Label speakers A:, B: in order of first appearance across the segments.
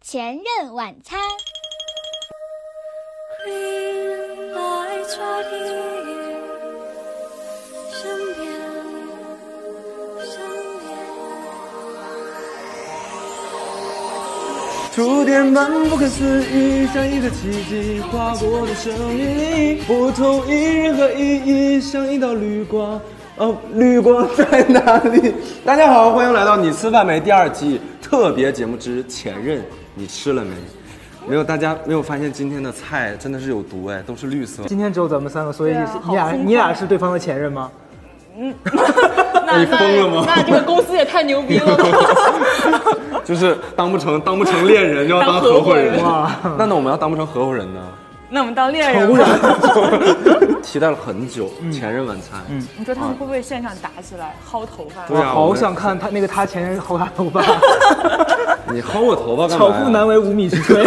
A: 前任晚餐。
B: Green lights right here，身边，身边。
C: 触电般不可思议，像一个奇迹划过我的生命，不同于任何意义，像一道绿光。哦，绿光在哪里？大家好，欢迎来到《你吃饭没》第二季特别节目之前任，你吃了没？没有，大家没有发现今天的菜真的是有毒哎，都是绿 色。
D: 今天只有咱们三个，所以你俩、你俩是对方的前任吗？
E: 那
C: 你疯了吗
E: 那那这个公司也太牛逼了吧！
C: 就是当不成当不成恋人，就要当合伙人
E: 当合
D: 伙
C: 那那我们要当不成合伙人呢？
E: 那我们当恋人吧。
C: 期待了很久，前任晚餐。嗯，
E: 你说他们会不会现场打起来，薅头发？
C: 对啊，我
D: 好
C: 们
D: 想看他那个他前任薅他头发，
C: 你薅我头发干嘛
D: 巧
C: 呀？
D: 妇难为无米之 炊。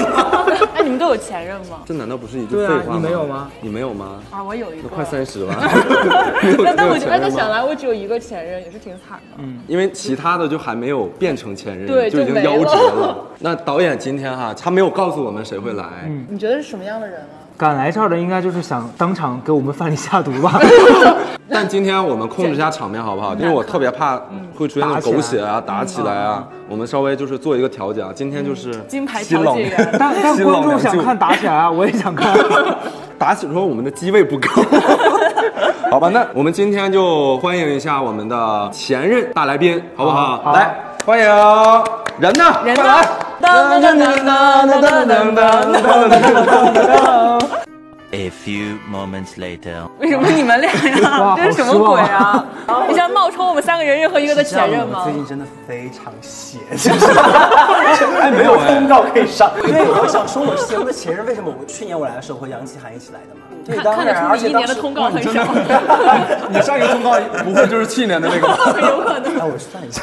E: 哎，你们都有前任吗？
C: 这难道不是一句
D: 对
C: 废
D: 啊
C: 话吗？
D: 你没有吗？哦
C: 你没有吗？
E: 啊，我有一
C: 都
E: 个。
C: 快三十 了，
E: 但但我
C: 觉
E: 觉得
C: 得
E: 想来，我只有一个前任，也是挺惨的。
C: 因为其他的就还没有变成前任，
E: 对
C: 就已经
E: 就没
C: 夭折
E: 了
C: 了。那导演今天哈，他没有告诉我们谁会来，
D: 嗯
E: 你觉得是什么样的人啊？
D: 敢来这儿的应该就是想当场给我们饭里下毒吧？
C: 但今天我们控制一下场面好不
D: 嗯
C: 好？因为我特别怕会出现那种狗血啊、打起来啊。
D: 嗯
C: 我们稍微就是做一个调解啊。今天就是
E: 嗯金牌
C: 新
E: 调
C: 老
E: 解
C: 娘
E: 员
D: 但但
C: 新老
D: 观众
C: 娘
D: 想
C: 舅
D: 看打起来啊，我也 想看。
C: 打起说我们的机位不够，好吧，那我们今天就欢迎一下我们的前任大来宾，好不好？
D: 好好
C: 来，欢迎人呢？
E: 人呢
C: 快来！
E: 噔噔噔噔噔噔噔
F: ，A few moments later。
E: 为什么你们俩呀？
D: 哇
E: 这是什么鬼啊？你想冒充我们三个人任何一个的前任吗？
G: 真的非常闲，
C: 哎，没有哎
G: 通，告可以上。因为我想说，我是我的前任，为什么我去年我来的时候和杨奇涵一起来的嘛？
E: 嗯
G: 对，
E: 看
G: 当
E: 看得
G: 然，
E: 出
G: 而
E: 你一
G: 且
E: 年
G: 当
E: 的
G: 时嗯
E: 通告很
C: 真
E: 少
C: 的，，你上一个通告不会就是去年的那个吧？
E: 有可能。
G: 哎，我算一下，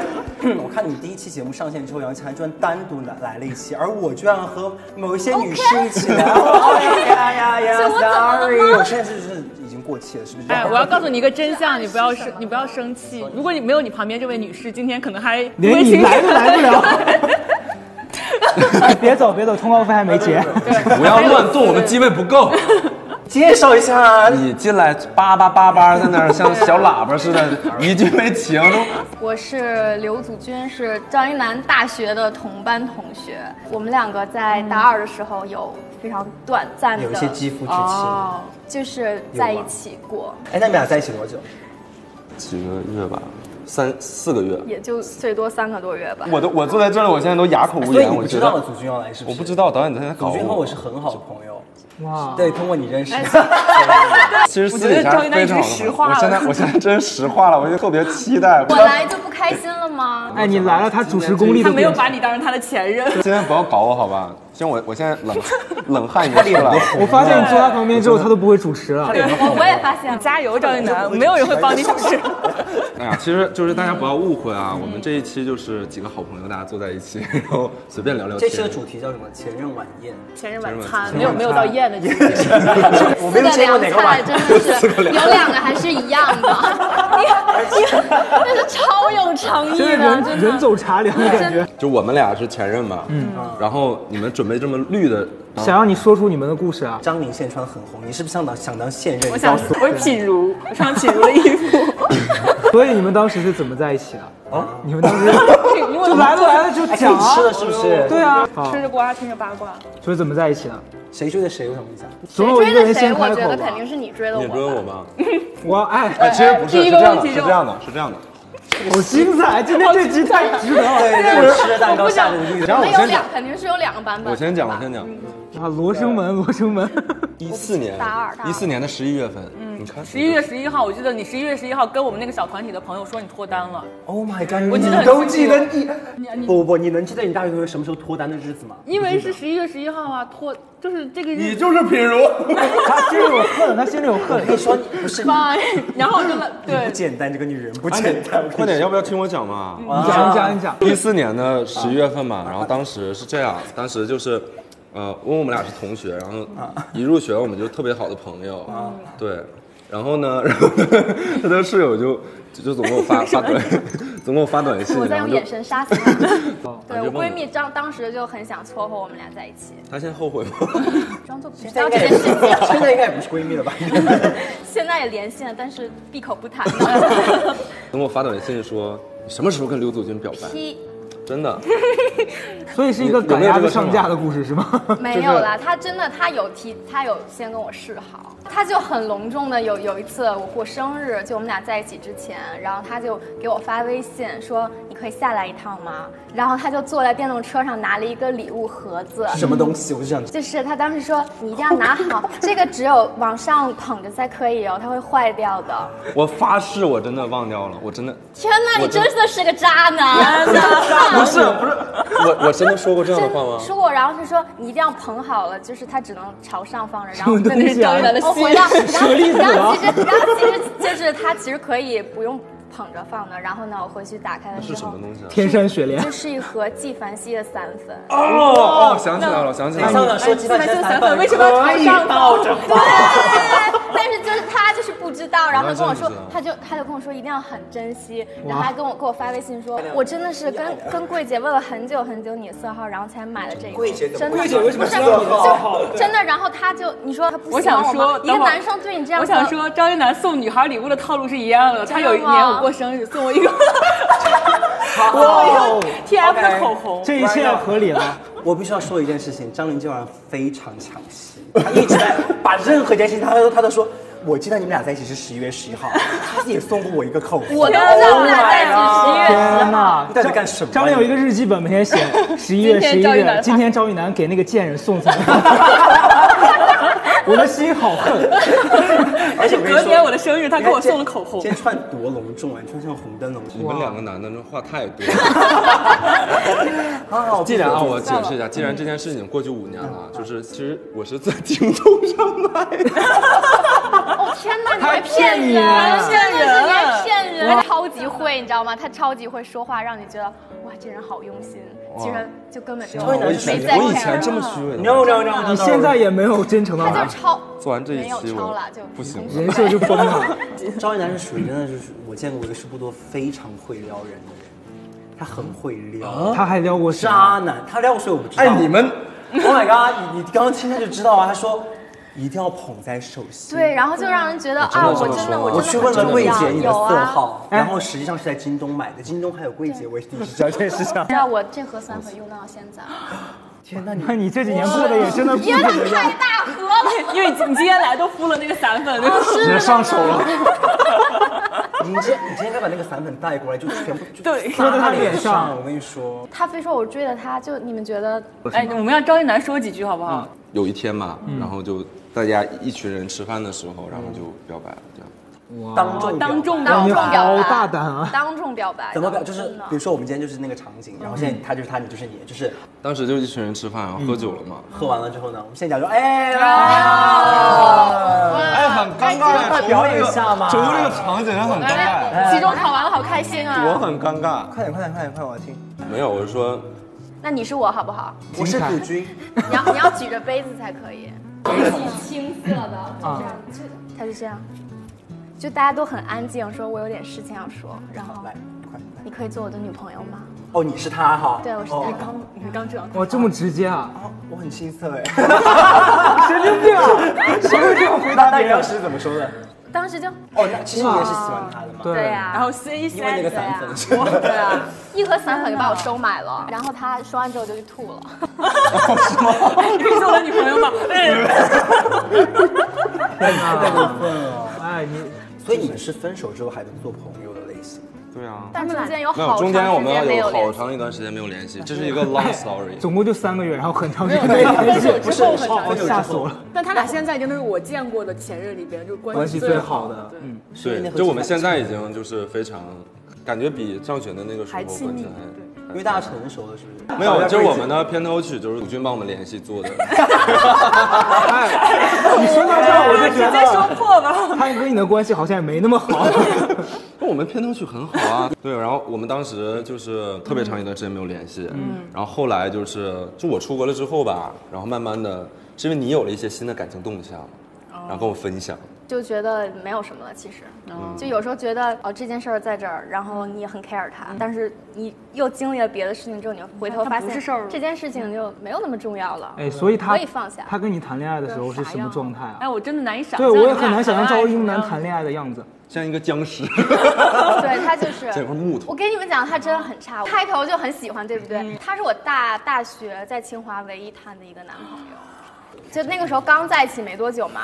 G: 我看你们第一期节目上线之后，杨奇涵居然单独来来了一期，而我居然和某一些女士一 起来。哎呀呀呀！Sorry，我现在就是已经过气了，是不是？
E: 哎，我要告诉你一个真相，你不要生，你不要生气。如果你没有你旁边这位女士，今天可能还
D: 连你
E: 因为情
D: 来都
E: 感
D: 来不 了。哎，别走别走，通告费还没结。
C: 不要乱动，我们机位不够。
G: 介绍一下，哎
C: 你进来叭叭叭叭在那儿像小喇叭似的，一句没停都。
H: 我是刘祖君，是张一楠大学的同班同学。我们两个在大二的时候有非常短暂
G: 有一些
H: 的，
G: 肌肤之亲。
E: 哦，
H: 就是在一起过，
G: 哎，那你们俩在一起多久？
C: 几个月吧，三四个月。
H: 也就最多三个多月吧。
C: 我都我坐在这里，我现在都哑口无
G: 所以
C: 言。
G: 你
C: 我
G: 不
C: 觉
G: 知道
C: 得
G: 祖君要来是不
C: 我
G: 是？
C: 不知。道哦导演在搞
G: 祖君和我是很好的朋友，
D: 哇，
G: 对，通过你认识。
E: 哎
C: 其实私底下非常好的，我现在我现在真实话了，我就特别期待。
H: 我来就不开心了吗？
D: 哎，你来了，他主持功力
E: 他
D: 都
E: 没有
D: 变
E: 把你当成他的前任。
C: 今天不要搞我好吧？像我我现在冷冷汗已经出来了。
D: 我发现你坐他旁边之后，他都不会主持了。
E: 啊
H: 我我也发现了，
E: 加油，张一楠，没有人会帮你主持。
C: 哎呀，其实就是大家不要误会啊，我们这一期就是几个好朋友，大家坐在一起， 然后随便聊聊
G: 这
C: 天。
G: 期的主题叫什么？前任晚宴。
E: 前任晚
C: 晚
E: 餐
C: 餐
E: 没有没有 到宴的这个。
G: 我没
H: 四
G: 有
H: 个
G: 见过哪个
H: 凉菜
G: 晚
H: 真的是有两个还是一样的，你 你这是超有诚意
E: 啊
D: 就是
H: 的，
D: 人
H: 真的
D: 人。走茶凉的感觉，
C: 就我们俩是前任嘛，嗯，然后你们准备这么绿的，
A: 啊
D: 想让你说出你们的故事啊。
G: 张宁现在穿很红，你是不是想当想当现任？
E: 我想
G: 你告诉
E: 我品如，我穿品如的衣 服。
D: 所以你们当时是怎么在一起的？哦，你们 当时就来都来了就
G: 我，哎，可
D: 讲
G: 以
D: 啊
G: 吃，了是不是？
D: 对，啊，
E: 吃着瓜，听着八卦，
D: 所以怎么在一起的？
G: 谁追的谁？我想问一下。
D: 总
H: 谁
D: 有一
H: 追
D: 个
H: 的
D: 人
H: 谁？
D: 先
H: 哎我
D: 开
H: 觉
D: 口
H: 得
D: 吧
H: 肯。定是你追的
C: 你
H: 我吧。
C: 追我吗？
D: 我哎，
C: 哎，其实不
E: 第
C: 是，是
E: 一个
C: 这样的，
E: 问题
C: 是
E: 就
C: 这样的，是这样的。
D: 好精彩！今天这集太值得了。
G: 对，我吃了蛋糕下着绿的。
C: 然后
H: 没
C: 我
H: 有
C: 先讲
H: 两，，肯定是有两个版本。
C: 我先讲，我先讲。
D: 啊，罗生门，罗生门，
C: 一四年
H: 大二大，二
C: 一四年的十一月份，嗯，你看
E: 十一月十一号，我记得你十一月十一号跟我们那个小团体的朋友说你脱单了，
G: Oh my god！
E: 我记得很
G: 你都记得你，不不，你能记得你大学同学什么时候脱单的日子吗？
E: 因为是十一月十一号啊，脱就是这个日
C: 你
E: 子，
C: 就是品如，
D: 他心里有恨，他心里有恨。
G: 可以说你不是
E: 啊 然后就来对
G: 不简单，这个女人不简单。我跟
C: 快
G: 你
C: 点，
G: 说
C: 要不要听我讲嘛？
H: 嗯
D: 你讲，你讲，你讲。
C: 一四年的十一月份嘛，然后当时是这样，当时就是，呃，因为我们俩是同学，然后
H: 啊
C: 一入学我们就特别好的朋友， 对，然后呢，然后他的室友就就总给我发发短，
A: 总给我发短信，
H: 我在
A: 然后
H: 用
A: 就
H: 眼神杀 死他。 对
A: 啊
H: 我
A: 就忘了
H: 闺蜜当当时就很想撮合我们俩在一起，
A: 他现在后悔 吗？
H: 装作不知
G: 现在
H: 道
G: 应
H: 这
G: 该
H: 件
G: 也
H: 事
G: 不
H: 情
G: 是。现在应该也不是闺蜜了吧？
H: 现在也联系了，但是闭口不谈。
A: 总给我发短信说你什么时候跟刘祖君表 白？
H: P
A: 真的，
D: 所以是一个赶鸭子上架的故事是吗？
H: 没有啦，他真的他有提，他有先跟我示好，他就很隆重的有有一次我过生日，就我们俩在一起之前，然后他就给我发微信说你可以下来一趟吗？然后他就坐在电动车上拿了一个礼物盒子，
G: 什么东西？我就想，
H: 就是他当时说你一定要拿 好，这个只有往上捧着才可以哦，它会坏掉的。
A: 我发誓我真的忘掉了，我真的
H: 天哪，你
A: 我真
H: 真的是个渣男！啊
A: 不是不是，我我真的说过这样的 话吗？
H: 说过，然后是说你一定要捧好了，就是它只能朝上放着，然后
D: 什么东西啊
H: 对对对我回到，
D: 子
H: 然后
D: 啊
H: 其实，然后其实就是它其实可以不用捧着放的。然后呢，我回去打开了
A: 是
H: 之
A: 什
H: 后
A: 么，东西啊？
D: 天山雪莲
H: 这，是一盒纪凡希的散粉，
A: 哦哦，想起来了，想起来
G: 上
A: 了。
G: 想说鸡
E: 哎
G: 蛋
E: 鸡蛋
G: 先
E: 散粉为什么要朝上
G: 倒着 放？
H: 但是就是他就是不知道，然后他跟我说
A: 那真的不知道，
H: 他就他就跟我说一定要很珍惜，然后还跟我给我发微信说，我真的是跟
G: 啊
H: 跟桂姐问了很久很久你的色号，然后才买了这个，
G: 桂姐怎么
H: 真的
G: 桂姐为什么
H: 不是
G: 知道你的色号
H: 就真的，然后他就你说他不喜欢
E: 我想说
H: 吗一个
E: 等会儿
H: 男生对你这样，
E: 我想，说，张一楠送女孩礼物的套路是一样的。他有一
H: 真的
E: 年
H: 吗
E: 我过生日，送我一个，送我一个 TF 的口红。
D: 这一切合理了。
G: 我必须要说一件事情，张琳今晚非常抢戏，她一直在把任何一件事情，她都她都说。我记得你们俩在一起是十一月十一号，她也送过我一个口红。
H: 我都不知道我们俩在一起十一月。
D: 天呐，
G: 到底干什么呀
D: 张张亮有一个日记本，每天写十一月、十
E: 今天
D: 一
E: 赵一楠
D: 月
E: 发，
D: 今天赵玉楠给那个贱人送 餐。我的心好恨，
G: 而且我跟你
E: 隔
G: 说
E: 年我的生日，他给我
G: 你看
E: 送了口红
G: 今。天穿多隆重啊！你穿上红灯笼，
A: 你们两个男的，这话太多了。
G: 好好。
A: 既 然啊，我解释一 下，既然这件事情过去五年了，就是其实我是在京东上买 的，
H: 哦天哪，你
D: 还
H: 还骗
D: 骗你
H: 人，
E: 骗
H: 真的是你还
E: 人
H: 骗人，他超级会，你知道吗？他超级会说话，让你觉得哇，这人好用心，其实就根本就
G: 天哪
A: 我
H: 没
A: 以
H: 在
A: 前
H: care
A: 我以前这么虚伪的吗，
G: No no no，no, no
D: 你现在也没有真诚到
H: 他
D: 哪
H: 就是
D: 儿，
H: 超
A: 做完这一
H: 没有
A: 期
H: 超了
A: 我
H: 就
A: 不行了。
D: 人设就崩了。
G: 赵一楠是属于真的是我见过为数不多非常会撩人的人，他很会撩。
D: 他还撩过谁？啊
G: 渣男，他撩过谁我不知道。
A: 啊哎，你们
G: ，Oh my god！你你刚刚听他就知道啊，他说一定要捧在手心。
H: 对，然后就让人觉得啊，我真的我
G: 我
H: 真的
G: 去问了
H: 很
G: 桂
H: 重
G: 姐
H: 要
G: 你的
H: 有啊
G: 色号，
D: 哎
G: 然后实际上是在京东买的，京东还有桂姐，我也第一次知道这件事情。
H: 知道我这盒散粉用到现在，
G: 天哪，你
D: 那哎你这几年过得也真的不
H: 因为
D: 怎
H: 它
D: 么
H: 太
D: 样，
H: 大盒了。
E: 因为你今天来都敷了那个散粉，
H: 哦
E: 对吧？
D: 只能上手了，
G: 你今天你今天应该把那个散粉带过来，就全部就
E: 对
G: 撒
D: 在
G: 他
D: 他
G: 脸
D: 脸上
G: 上。我跟你说，
H: 他非说我追了他，就你们觉得
E: 哎，我们让张一楠说几句好不好？
A: 有一天嘛，然后就大家一群人吃饭的时候，然后就表白了，这样。
G: 当众
E: 当众
H: 当
E: 表
H: 众
E: 白，
H: 表白，
D: 好大胆啊
H: 当众表白的，
G: 怎么表？就是
H: 真的嗯
G: 比如说我们今天就是那个场景，然后现在他就是他，你就是你，就是
A: 当时就一群人吃饭，然后喝酒了嘛，
G: 喝完了之后呢，我们现在假装哎
H: 啊
G: 呀，
A: 哎，很尴尬，
G: 快表演一下嘛
A: 重复这个场景，很尴尬，
H: 期中考完了，好开心
A: 我
H: 啊！
A: 嗯很尴尬。
G: 快点快点快点快，我要听。
A: 没有，我是说，
H: 那你是我好不好？
G: 我是祖君，
H: 你要你要举着杯子才可以，青色的，就这样，就他就这样，就大家都很安静，说我有点事情要说，然后
G: 来快来。
H: 你可以做我的女朋友吗？
G: 哦，你是他哈？
H: 对，我是
G: 哦
H: 大刚。
E: 你刚知道
D: 哇，这么直接啊！
G: 哦我很青涩哎。
D: 神经病啊！谁会这样回答别
G: 那你
D: 人
G: 当？时怎么说的？
H: 当时就
G: 哦，那其实你也是喜欢他的嘛？，
H: 对呀、
E: 然后 C
G: 因
E: 三
G: 为那个
H: 对
G: 散
H: 啊
G: 粉是
H: 对啊，一盒散粉就把我收买了，然后他说完之后就去吐了。
E: 你可以做我的女朋友吗？
G: 啊
D: 哎，你
G: 所以你们是分手之后还能做朋友的类型？
A: 对啊，
H: 但中间有
A: 没有，
H: 好长
A: 中
H: 时间
A: 间我们
H: 没
A: 有
H: 有
A: 好
H: 联系。
A: 长一段时间没有联系，这是一个 long story。
D: 总共就三个月，然后很长时间没联系，
E: 分手之后
D: 哦
E: 很长时间
D: 吓死我了。
E: 但他俩现在已经都是我见过的前任里边，就是关
D: 关
E: 系
D: 系
E: 最
D: 最
E: 好
D: 好
E: 的
D: 的。，
E: 对，
D: 嗯，
A: 对，就我们现在已经就是非常，感觉比上学的那个时候
E: 还
A: 关系
E: 亲密
A: 还
G: 因为大家成熟了，是不是？
A: 没有，就是我们的片头曲就是鲁军帮我们联系做的。
D: 你说到这儿，我就觉
E: 直接
H: 啊
D: 得
E: 说破吧。
D: 他跟你的关系好像也没那么好。
A: 那我们片头曲很好啊，对，然后我们当时就是特别长一段时间没有联系，嗯，然后后来就是就我出国了之后吧，然后慢慢的是因为你有了一些新的感情动向，然后跟我分享。
H: 就觉得没有什么了。其实，
E: 嗯
H: 就有时候觉得哦，这件事儿在这儿，然后你也很 care 它，但是你又经历了别的事情之后，你回头
E: 嗯它
H: 发
E: 不
H: 现
E: 是事儿了嗯
H: 这件事情就没有那么重要了。
D: 哎，所以他
H: 可以放下
D: 他跟你谈恋爱的时候是什么状态
E: 哎，
D: 啊？
E: 我真的难以想
D: 对，
E: 象。
D: 我也很难想象赵
E: 赵
D: 一
E: 英
D: 楠谈恋爱的样子。
A: 像一个僵尸，
H: 对他 就是
A: 整块木头
H: 我跟你们讲，他真的很
E: 哦
H: 差。我开头就很喜欢，对不对？
E: 嗯
H: 他是我大大学在清华唯一谈的一个男朋友，
E: 啊
H: 就那个时候刚在一起没多久嘛。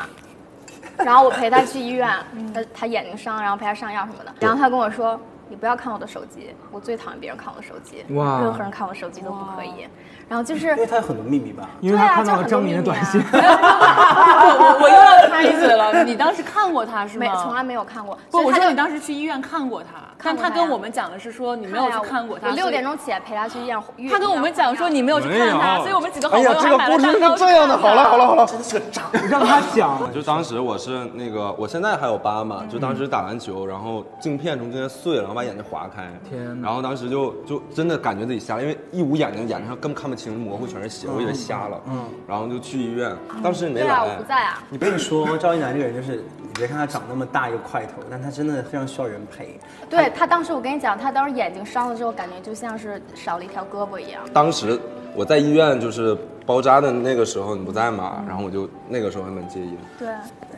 H: 然后我陪他去医院，
E: 嗯
H: 他他眼睛伤，然后陪他上药什么的。然后他跟我说：“你不要看我的手机，我最讨厌别人看我的手机，
D: 哇
H: 任何人看我手机都不可以。”然 后就是
G: 因为他有很多秘密吧？
D: 因为
H: 对
D: 他
H: 啊
D: 看到
H: 就
D: 了
H: 很
D: 张
H: 多
D: 明的
H: 秘密
D: 短
H: 啊
D: 信，
E: 我我又要插一嘴了， 你当时看过他是吗？
H: 没从来没有看过。
E: 嗯不，
H: 所以
E: 我
H: 他
E: 说
H: 就
E: 你当时去医院看过他，
H: 看
E: 但
H: 过
E: 他
H: 他
E: 跟
H: 呀
E: 我们讲的是说你没有
H: 看呀
E: 去看过他。
H: 啊我六
E: 所以
H: 点。钟起来陪他去医院。医
E: 他跟我们讲说你没有去看他，
A: 没有
E: 所以我们几个好
A: 哎
E: 朋友
A: 呀，这
E: 还
A: 个
E: 买
A: 故
E: 了
A: 事
E: 蛋糕
A: 是
E: 去
A: 这样的，
E: 看
A: 好了
E: 他
A: 好了好了。
G: 真是个渣。
D: 让他讲。
A: 就当时我是那个，我现在还有疤嘛，就当时打篮球，然后镜片从中间碎了，然后把眼睛划开，
D: 天哪
A: 然后当时就就真的感觉自己瞎了，因为一捂眼睛，眼睛上根本看不清，模糊全是血，我以为瞎了，嗯，然后就去医院，当时你没
H: 对啊，我
A: 来
H: 不，在啊。
G: 你跟你说，赵一楠这个人就是，你别看他长那么大一个块头，但他真的非常需要人陪。
H: 对他当时我跟你讲，他当时眼睛伤了之后，感觉就像是少了一条胳膊一样。
A: 当时我在医院就是包扎的那个时候你不在嘛，然后我就那个时候还蛮介意的，
H: 对，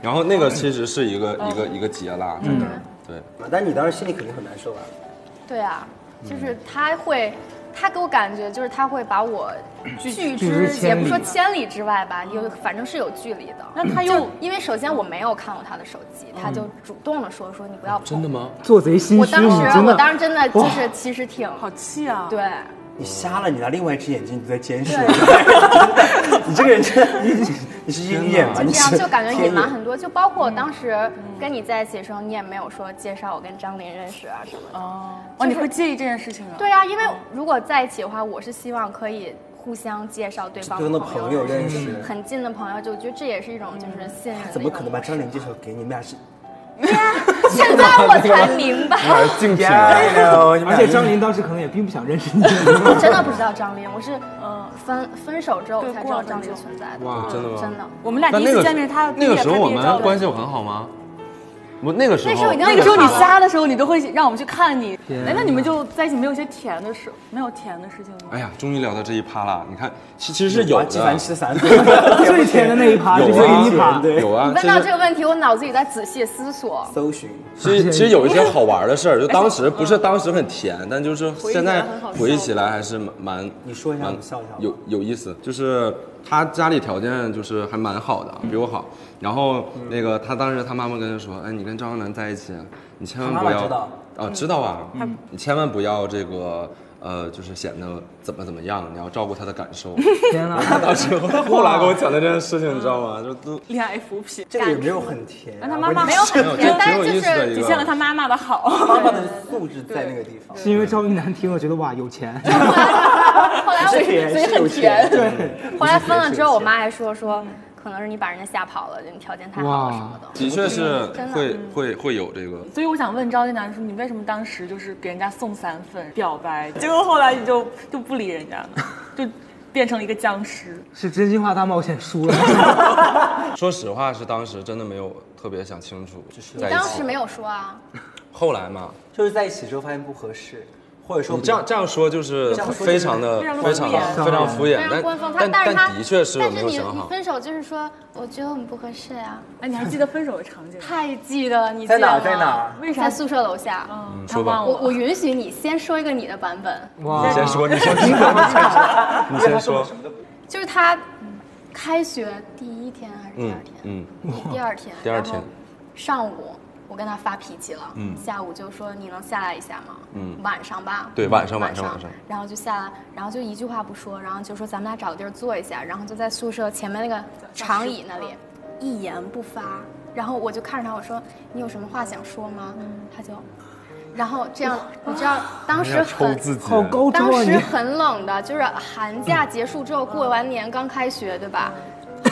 A: 然后那个其实是一个一个一个结啦，在那
H: 嗯
A: 儿，对。
G: 但你当时心里肯定很难受吧？
H: 对啊，就是他会，他给我感觉就是他会把我拒
D: 之
H: 之，
D: 千
H: 也不
D: 里
H: 说千里之外吧，有反正是有距离的。
E: 那他又
H: 因为首先我没有看过他的手机，他就主动的说说你不要碰。真的吗？
D: 做贼心
H: 我
D: 虚，
H: 当
D: 你
H: 时
D: 真
H: 我
D: 的
H: 当时真的就是其实挺
E: 好气啊！
H: 对，
G: 你瞎了，你拿另外一只眼睛你在监视
H: 对
G: 我，你这个人真的，你是鹰眼吗？
H: 就
G: 你
H: 这样
G: 是
H: 就感觉
G: 天
H: 隐瞒
G: 眼
H: 很多，就包括当
E: 嗯
H: 时跟你在一起的时候，你也没有说介绍我跟张琳认识啊什么的。
E: 哦，哇，你会介意这件事情啊？
H: 对啊，因为如果在一起的话，我是希望可以互相介绍对方
G: 对方的
H: 朋
G: 朋友认
H: 就是
G: 识
H: 很近的朋友，就我觉得这也是一种就是信任的一种模式。
G: 怎么可能把张琳介绍给你？你们俩是，
H: 现在我才明白，
A: 竞品，
G: 哎
D: 而且张琳当时可能也并不想认识你。
H: 我真的不知道张琳，我是呃分分手之后才知道张琳存在的。
A: 哇真的吗
H: 真的，
E: 我们俩第
A: 但
E: 一
A: 那
E: 次
A: 个
E: 见面，他
A: 那个时候我们关
E: 系，
A: 系有很好吗？我那个时候
H: 那时候已经
E: 那个时候你瞎的时候，你都会让我们去看你。哎，那你们
D: 天
E: 就在一起没有一些甜的事，没有甜的事情吗？
A: 哎呀，终于聊到这一趴了。你看，其其实是有
G: 把纪凡
A: 的，
G: 吃 三顿，
D: 最甜的那一趴，
A: 有
D: 就
A: 啊
D: 是第一趴。
G: 对
A: 有啊
H: 你。问
A: 其
H: 到这
A: 实
H: 个问题，我脑子里在仔细思索。
G: 搜寻。
A: 其实其实有一些好玩的事儿，就当 时不是当时很甜，但就是现在回忆起来还是蛮蛮。
G: 你说一下
A: 蛮
D: 嗯
G: 我们笑一下吧
A: 有有意思，就是他家里条件就是还蛮好的，啊比我好。然后
G: 嗯
A: 那个他当时他妈妈跟他说：“哎，你跟张楠在一起，你千万
G: 他妈
A: 不
G: 妈
A: 要
G: 知道
A: 啊，知道啊，你千万不要这个呃，就是显得怎么怎么样，你要照顾他的感受。”
D: 天哪！
A: 当时 他后来跟我讲的这件事情，你知道吗？就都
E: 恋爱扶贫，
G: 这个也没有很甜、啊，
E: 那他妈妈
G: 我
E: 没有很
A: 挺有
H: 甜
A: 挺有
H: 嗯但是
A: 意思的一
E: 体
A: 个。
E: 现了他妈妈的好。
G: 妈妈的素质在那个地方。
D: 是因为赵一楠听了觉得哇有钱，
H: 后来我
G: 甜
E: 所以很
G: 是有
E: 甜
G: 对
H: 后来分了之后，我妈还说说，可能是你把人家吓跑了，你条件太好了什么的。
A: 的确是
H: 嗯真的
A: 会会会有这个，
E: 所以我想问赵一楠说，你为什么当时就是给人家送三份表 白，结果后来你就就不理人家了，就变成了一个僵尸？
D: 是真心话大冒险输了。
A: 说实话是当时真的没有特别想清楚，就是在一
H: 当时
A: 起。
H: 没有说啊，
A: 后来嘛，
G: 就是在一起之后发现不合适，或者说
A: 你这样这样说就是
G: 这样说
A: 非常的
E: 非常
A: 非常的
E: 敷
D: 衍
H: 非
A: 非常敷衍，
H: 常官方。他
A: 但
H: 但是
A: 但
H: 他
A: 的确是
H: 但
A: 没
H: 是
A: 有
H: 你
A: 想
H: 你
A: 好。
H: 分手就是说，我觉得我们不合适啊呀。
E: 哎，你还记得分手的场景吗？
H: 太记得你
G: 在哪儿
H: 记得吗
G: 在哪儿
E: 为啥
H: 在？宿舍楼下。
E: 嗯，他
A: 说吧
E: 忘
H: 我
E: 了。
H: 我允许你先说一个你的版本，
D: 哇，
A: 你先 说，你先说，你先说，
H: 就是他开学第一天还是第
A: 嗯
H: 二天？
A: 嗯，
H: 第二天。
A: 第二天
H: 然后上午我跟他发脾气了，
A: 嗯
H: 下午就说你能下来一下吗？
A: 嗯
H: 晚上吧。
A: 对晚上
H: 晚
A: 晚上晚上。
H: 然后就下来，然后就一句话不说，然后就说咱们俩找个地儿坐一下，然后就在宿舍前面那个长椅那里一言不发。然后我就看着他，我说你有什么话想说吗？他就，然后这样，你知道当时
A: 抽
H: 很。
A: 自己，
D: 好高招
H: 当
D: 啊
H: 时
D: 你！
H: 很冷的， 嗯就是寒假结束之后，过完年刚开学，对吧？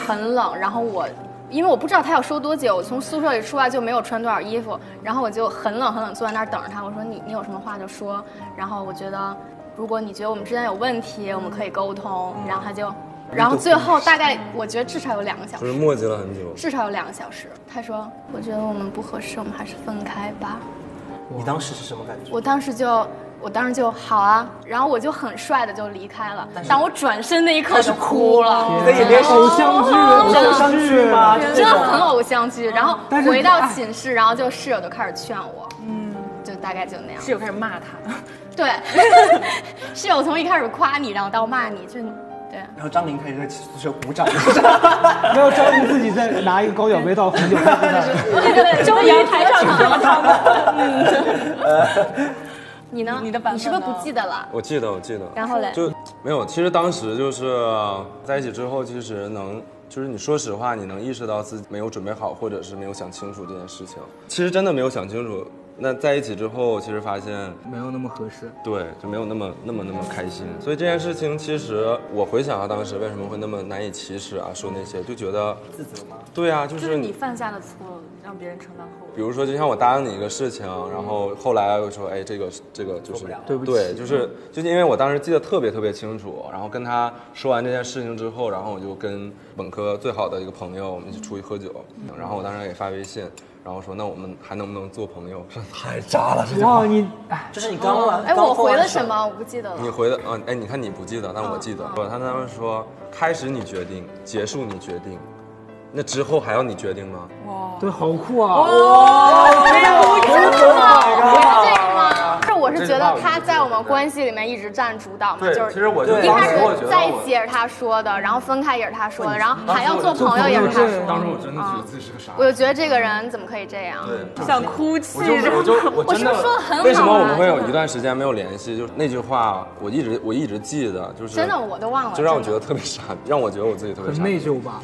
H: 很冷，然后我。因为我不知道他要说多久，我从宿舍里出来就没有穿多少衣服，然后我就很冷很冷坐在那儿等着他。我说你你有什么话就嗯说，然后我觉得如果你觉得我们之间有问题，我们可以沟通。然后他就然后最后大概我觉得至少有两个小
A: 就
H: 时，
A: 是磨叽了很久。
H: 至少有两个小时。他说：“我觉得我们不合适，我们还是分开吧。”
G: 你当时是什么感觉？
H: 我当时就，我当时就好啊，然后我就很帅的就离开了。当我转身那一刻，我就哭了，
G: 你的眼泪是
D: 偶像剧，偶
G: 偶
D: 像
G: 像
D: 剧
G: 剧吗？就
H: 真
G: 这
H: 的
G: 种
H: 很偶像
G: 哦
H: 剧。然后
D: 但是
H: 回
G: 哎
H: 到寝室，然后就室友就开始劝我，嗯，就大概就那样。
E: 室友开始骂 他，
H: 对， 室友从一开始夸你，然后到骂你，就对。
G: 然后张琳开始在宿舍鼓掌，
D: 没有张琳自己再拿一个高脚杯倒红酒，
H: 对对，终于抬上堂了。 你呢？
E: 你的版本呢
H: 你是不是不记得了？
A: 我记得，我记得。
H: 然后嘞，
A: 就没有，其实当时就是在一起之后，其实能，就是你说实话，你能意识到自己没有准备好，或者是没有想清楚这件事情。其实真的没有想清楚。那在一起之后，其实发现
D: 没有那么合适。
A: 对，就没有那么那么那么开心。所以这件事情，其实我回想啊，当时为什么会那么难以启齿啊，说那些，就觉得
G: 自责吗？
A: 对啊，就
E: 就是是你
A: 你，
E: 犯下的错，让别人承担后
A: 比
E: 果。
A: 如说，就像我答应你一个事情，然后后来我说，哎，这个这个就是
D: 对不起
A: 对，就是就是因为我当时记得特别特别清楚，然后跟他说完这件事情之后，然后我就跟本科最好的一个朋友，我们一起出去喝酒，然后我当时给发微信，然后说，那我们还能不能做朋友？太渣了，这
D: 哇，你哎，
G: 就是你刚完，
H: 哎，
G: 刚
H: 我
G: 分完
H: 回了
G: 手
H: 什？么？我不记得了哦
A: 你。回的，嗯，哎，你看你不记得，但我记得。我他他们说，开始你决定，结束你决定，那之后还要你决定吗？
D: 对，好酷啊！
H: 哦是这个吗？是我是觉得他在我们关系里面一直占主导嘛，就是
A: 我哦
G: 对
H: 一开始
G: 当
H: 在一起也是他说的，然后分开也是他说的，然后还要做朋友也是他说的。
I: 我真的觉得自己是个傻
H: 我就觉得这个人怎么可以这样？
E: 想哭泣，
A: 我就我
H: 我是不是说的很好啊？
A: 为什么我们会有一段时间没有联系？就是那句话，我一直我一直记得，就是
H: 真的我都忘了
A: 就让我
H: 真
A: 觉
H: 的
A: 得特别傻，让我觉得我自己特别
D: 很
A: 傻。
D: 内疚吧？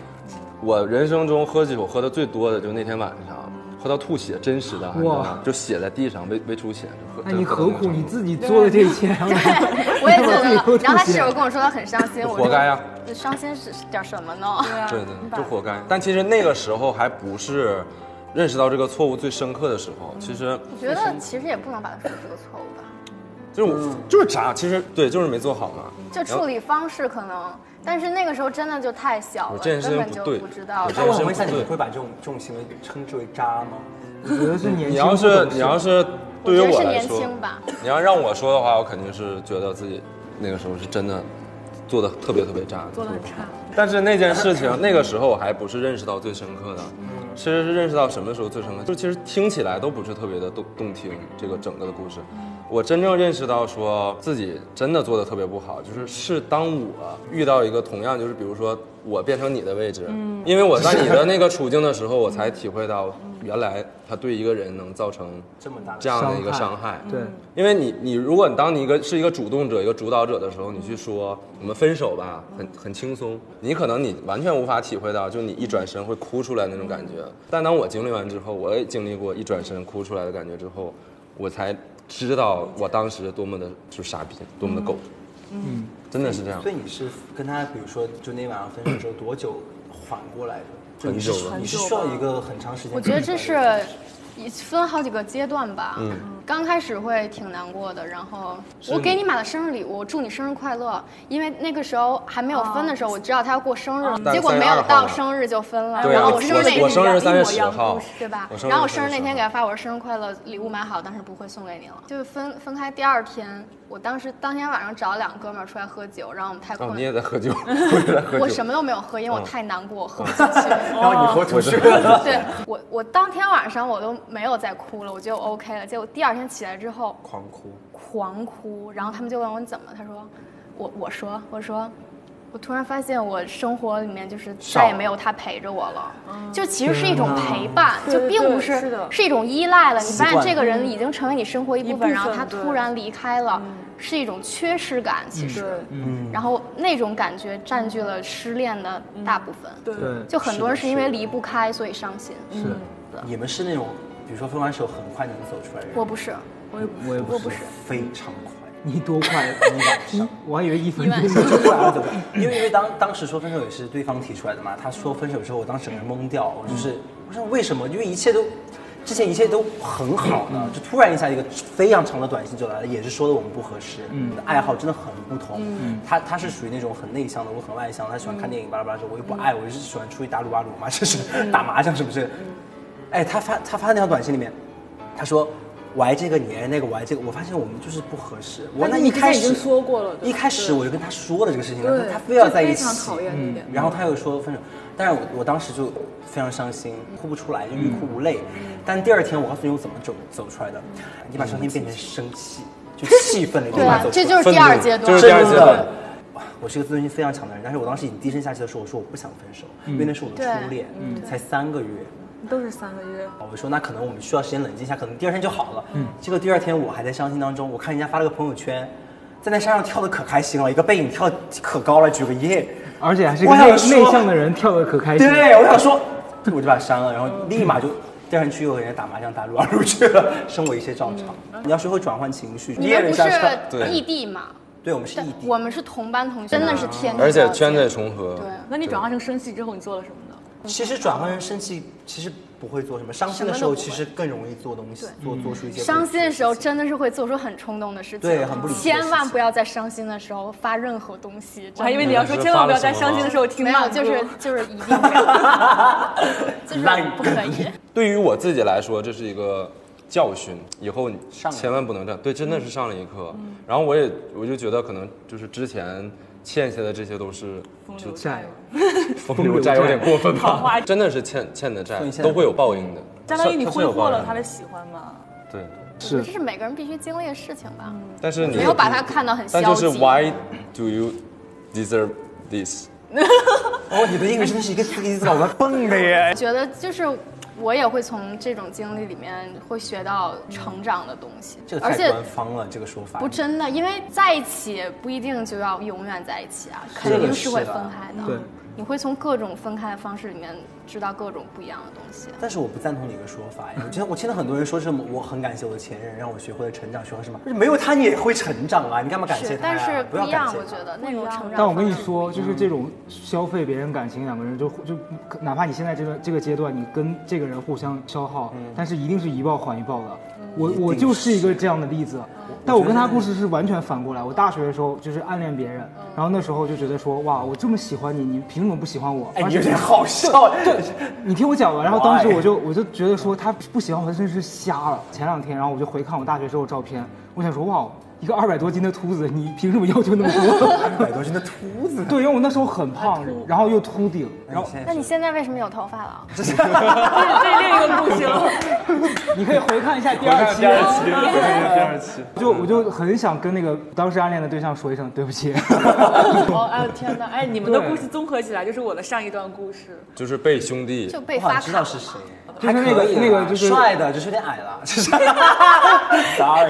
A: 我人生中喝酒喝的最多的就是那天晚上，喝到吐血，真实的，你知道吗？就血在地上，胃胃出血，就喝。
D: 那你
A: 真的
D: 何
A: 喝到那
D: 苦
A: 种
D: 你
A: 程度
D: 自己做的这一切？然后你
H: 我也觉
D: 自己
H: 得
D: 又
H: 了。然后他
D: 吐
H: 室
D: 血
H: 友跟我说他很伤心，我啊
A: 活该啊呀、
H: 说伤心是是点什么呢？
A: 对对，就活该。啊但其实那个时候还不是认识到这个错误最深刻的时候，其实
H: 我觉得其实也不能把它说是个错误吧，
A: 就是
D: 嗯
A: 我就是渣，其实对，就是没做好嘛。
H: 就处理方式可能，但是那个时候真的就太小
A: 我
H: 了，
A: 这件事
H: 根本
A: 情不
H: 就
A: 对，
H: 不知道
A: 我。这
G: 那我
A: 件事
G: 想
A: 情
G: 问一下，你们
A: 不
G: 会把这种这种行为称之为渣吗？
D: 我觉得是年
A: 对。你
D: 轻
A: 要
D: 不
A: 是
D: 懂事
A: 你要是对于
H: 我觉得
A: 我
H: 是
A: 来
H: 年
A: 说
H: 轻吧，
A: 你要让我说的话，我肯定是觉得自己那个时候是真的做的特别特别渣，做的很差。但是那件事情，那个时候我还不是认识到最深刻的，其实是认识到什么时候最深刻，就其实听起来都不是特别的动动听，这个整个的故事。我真正认识到说自己真的做的特别不好，就是是当我遇到一个同样就是比如说我变成你的位置，因为我在你的那个处境的 时候，我才体会到原来他对一个人能造成
G: 这么大的
A: 这样的一个伤
D: 伤
A: 害。
D: 对，
A: 因为你你如果你当你一个是一个主动者、一个主导者的时候，你去说我们分手吧，很很轻松，你可能你完全无法体会到，就你一转身会哭出来那种感觉。但当我经历完之后，我也经历过一转身哭出来的感觉之后，我才知道我当时多么的就是傻逼，多么的狗，嗯，真的是这样
G: 所。以你是跟他，比如说，就那晚上分手之后多久缓过来的？就你是
A: 很久了
G: 你是需要一个很长时间。
H: 我觉得这是一分好几个阶段吧。
A: 嗯
H: 嗯刚开始会挺难过的，然后我给你买了生日礼物，我祝你生日快乐。因为那个时候还没有分的时候，我知道他要过生日，
A: 但
H: 结果
A: 3月
H: 没
A: 2
H: 有
A: 号
H: 到
A: 了
H: 生日就分了。
A: 对
H: 然
A: 啊，
H: 后
A: 我
H: 生日那
A: 我
H: 天
A: 生日三月
E: 一模一
A: 十
E: 样
A: 号
E: 故事，
H: 对吧
A: 我？生日
H: 然后我
A: 30
H: 生日那天
A: 号
H: 给他发，我说生日快乐，礼物买好，但是不会送给你了。就是分分开第二天，我当时当天晚上找两个哥们儿出来喝酒，然后我们太困
A: 哦，
H: 了，
A: 你也在喝酒，我也在喝酒。
H: 我什么都没有喝，因为我太难过，我喝不进去。
G: 嗯 然后你豁出去了，
H: 对我，我当天晚上我都没有再哭了，我觉得我 OK 了。结果第二天起来之后
A: 狂哭？
H: 狂哭，然后他们就问我你怎么了，他说，我我说我说，我突然发现我生活里面就是再也没有他陪着我了，就其实是一种陪伴，就并不
E: 嗯
H: 是
E: 对对是的嗯
H: 一种依赖了。你发现
G: 惯
H: 这个人已经成为你生活一部
E: 一部
H: 分，
E: 分嗯
H: 然后他突然离开了，是一种缺失感，其实，
G: 嗯
H: 然后那种感觉占据了失恋的大部分。
E: 对对，
D: 对，
H: 就很多人是因为离不开，所以伤心。
D: 是，
G: 你们是那种，比如说分完手很快能走出来的人，
H: 我不是，
D: 我也不是。
G: 非常快。
D: 你多快？你我还以为一分钟
G: 就不然怎么？ 因为因为当当时说分手也
I: 嗯
G: 是对方提出来的嘛，他说分手之后，我当时整个人懵掉，我就是我说为什么？因为一切都之前一切都很好呢，
I: 嗯
G: 就突然一下一个非常长的短信就来了，也是说的我们不合适，嗯，爱好真的很不同。
I: 嗯
G: 他他是属于那种很内向的，我很外向，他喜欢看电影巴拉巴拉，这我又不爱，我就是喜欢出去打撸啊撸嘛，这是
I: 嗯
G: 打麻将是不是？哎，他发他发那条短信里面，他说我爱这个，你爱那个，我爱这个，我发现我们就是不合适。我那
I: 但是你
G: 一
I: 之前
G: 开
I: 已经
G: 始
I: 说过了对
G: 一开始我就跟他说了这个事情，然后
I: 对
G: 他非要
I: 就
G: 在一
I: 非
G: 起，嗯
I: 常讨厌这一点嗯
G: 然后他又说分手，但是我我当时就非常伤心，哭不出来，就欲
A: 嗯
G: 哭无泪。
I: 嗯
G: 但第二天我告诉你我怎么走走出来的，你把伤心变成生气，就 气愤的
H: 对
G: 把
H: 啊
G: 它走，出
H: 这
G: 来。
H: 就是第二阶段
A: 这。是第二阶段。
G: 哇我是一个自尊心非常强的人，但是我当时已经低声下气的说，我说我不想分手，
A: 嗯
G: 因为那是我的初恋，
I: 嗯
G: 才三个月。
E: 都是三个月。
G: 我说那可能我们需要时间冷静一下，可能第二天就好了。
D: 嗯
G: 结果第二天我还在伤心当中，我看人家发了个朋友圈，在那山上跳的可开心了，一个背影跳得可高了，举个耶。
D: 而且还是一个
G: 我想
D: 内
G: 说
D: 内向的人，跳的可开心。
G: 对，我想说，我就把它删了，然后立马就第二天去又和人家打麻将、打撸啊撸去了，生活一切照常。你要学会转换情绪，
H: 嗯你
G: 也
H: 们
G: 人
H: 不
G: 下山，
A: 对
H: 是异地嘛？
G: 对我们是异地
H: 我。们是同班同学，真的是天地
A: 而且
H: 之
A: 圈子
H: 间
A: 也重合。
H: 对，
E: 那你转化成生气之后，你做了什么呢？
G: 其实转换成生气，其实不会做什么，伤心的时候其实更容易做东西，做做出一些
H: 伤心的时候真的是会做出很冲动的事情，
G: 对很不理智的事情
H: 千万不要在伤心的时候发任何东西。真的
E: 我还以为你要说千万不要在伤心的时候听
H: 没
E: 慢
H: 有，
E: 歌
H: 就是就是一定不要，就是不可以。
A: 对于我自己来说，这是一个教训，以后你
G: 上了
A: 千万不能这样。对，真的是上了一课。
E: 嗯
A: 然后我也我就觉得可能就是之前欠下的这些都是
E: 流
D: 债
A: 风流债，有点过分
E: 桃花
A: 吧？真的是欠欠的债
G: 所以，现在
A: 都会有报应的。
E: 相当于你
A: 是
E: 挥霍了他。的
A: 是
E: 喜欢 嘛？
A: 有报应的对，
D: 是
H: 这是每个人必须经历的事情吧？
A: 但是你
H: 没有把它看到很消
A: 但
H: 极。
A: 嗯就是 Why do you deserve this？
G: 哦，你的英语真是一个一个一个把我们蹦的耶！
H: 觉得就是我也会从这种经历里面会学到成长的东西，
G: 这个
H: 而
G: 太
H: 且
G: 官方了，这个说法
H: 不真的，因为在一起不一定就要永远在一起啊，肯
G: 的
H: 定是会
G: 是的
H: 分开的。
D: 对
H: 你会从各种分开的方式里面知道各种不一样的东西。
G: 但是我不赞同你的说法，哎我觉得我听到很多人说什么，我很感谢我的前任，让我学会了成长，学会什么，就是没有他你也会成长啊，你干嘛感谢
H: 是，
G: 他呀、
H: 但是
G: 不
H: 不
G: 要
H: 一
G: 感
H: 样，
G: 谢
H: 我觉
G: 他。
H: 得那种成长。
D: 但我跟你，说，就是这种消费别人感情，两个人就就哪怕你现在这段这个阶段，你跟这个人互相消耗，但是一定是一报还一报的。我
G: 嗯一定
D: 我就是一个这样的例子，但我跟他
G: 我觉得
D: 故事是完全反过来。我大学的时候就是暗恋别人，然后那时候就觉得说，哇，我这么喜欢你，你凭什么不喜欢我？
G: 哎，
D: 而
G: 你
D: 且
G: 有点好笑。
D: 你听我讲完，然后当时
G: Why？
D: 我就我就觉得说他不喜欢我真是瞎了。前两天，然后我就回看我大学时候的照片，我想说哇，一个二百多斤的秃子，你凭什么要求那么多？
G: 百多斤的秃子，
D: 对，因为我那时候很胖，然后又秃顶，然后
H: 那你现在为什么有头发了？
E: 这是另一个故事了。
D: 你可以回看一下第二期。
A: 期，第二期。
D: 就我就很想跟那个当时暗恋的对象说一声对不起，
E: 哦，哎呦天哪！哎，你们的故事综合起来就是我的上一段故事。
A: 就是被兄弟
H: 就被
G: 我好
H: 发
G: 像知道
H: 卡。
G: 是谁，
D: 就是那个
G: 还可以啦啊
D: 那个就是
G: 帅的，就是有点矮了， 就是
E: 哎，
G: sorry。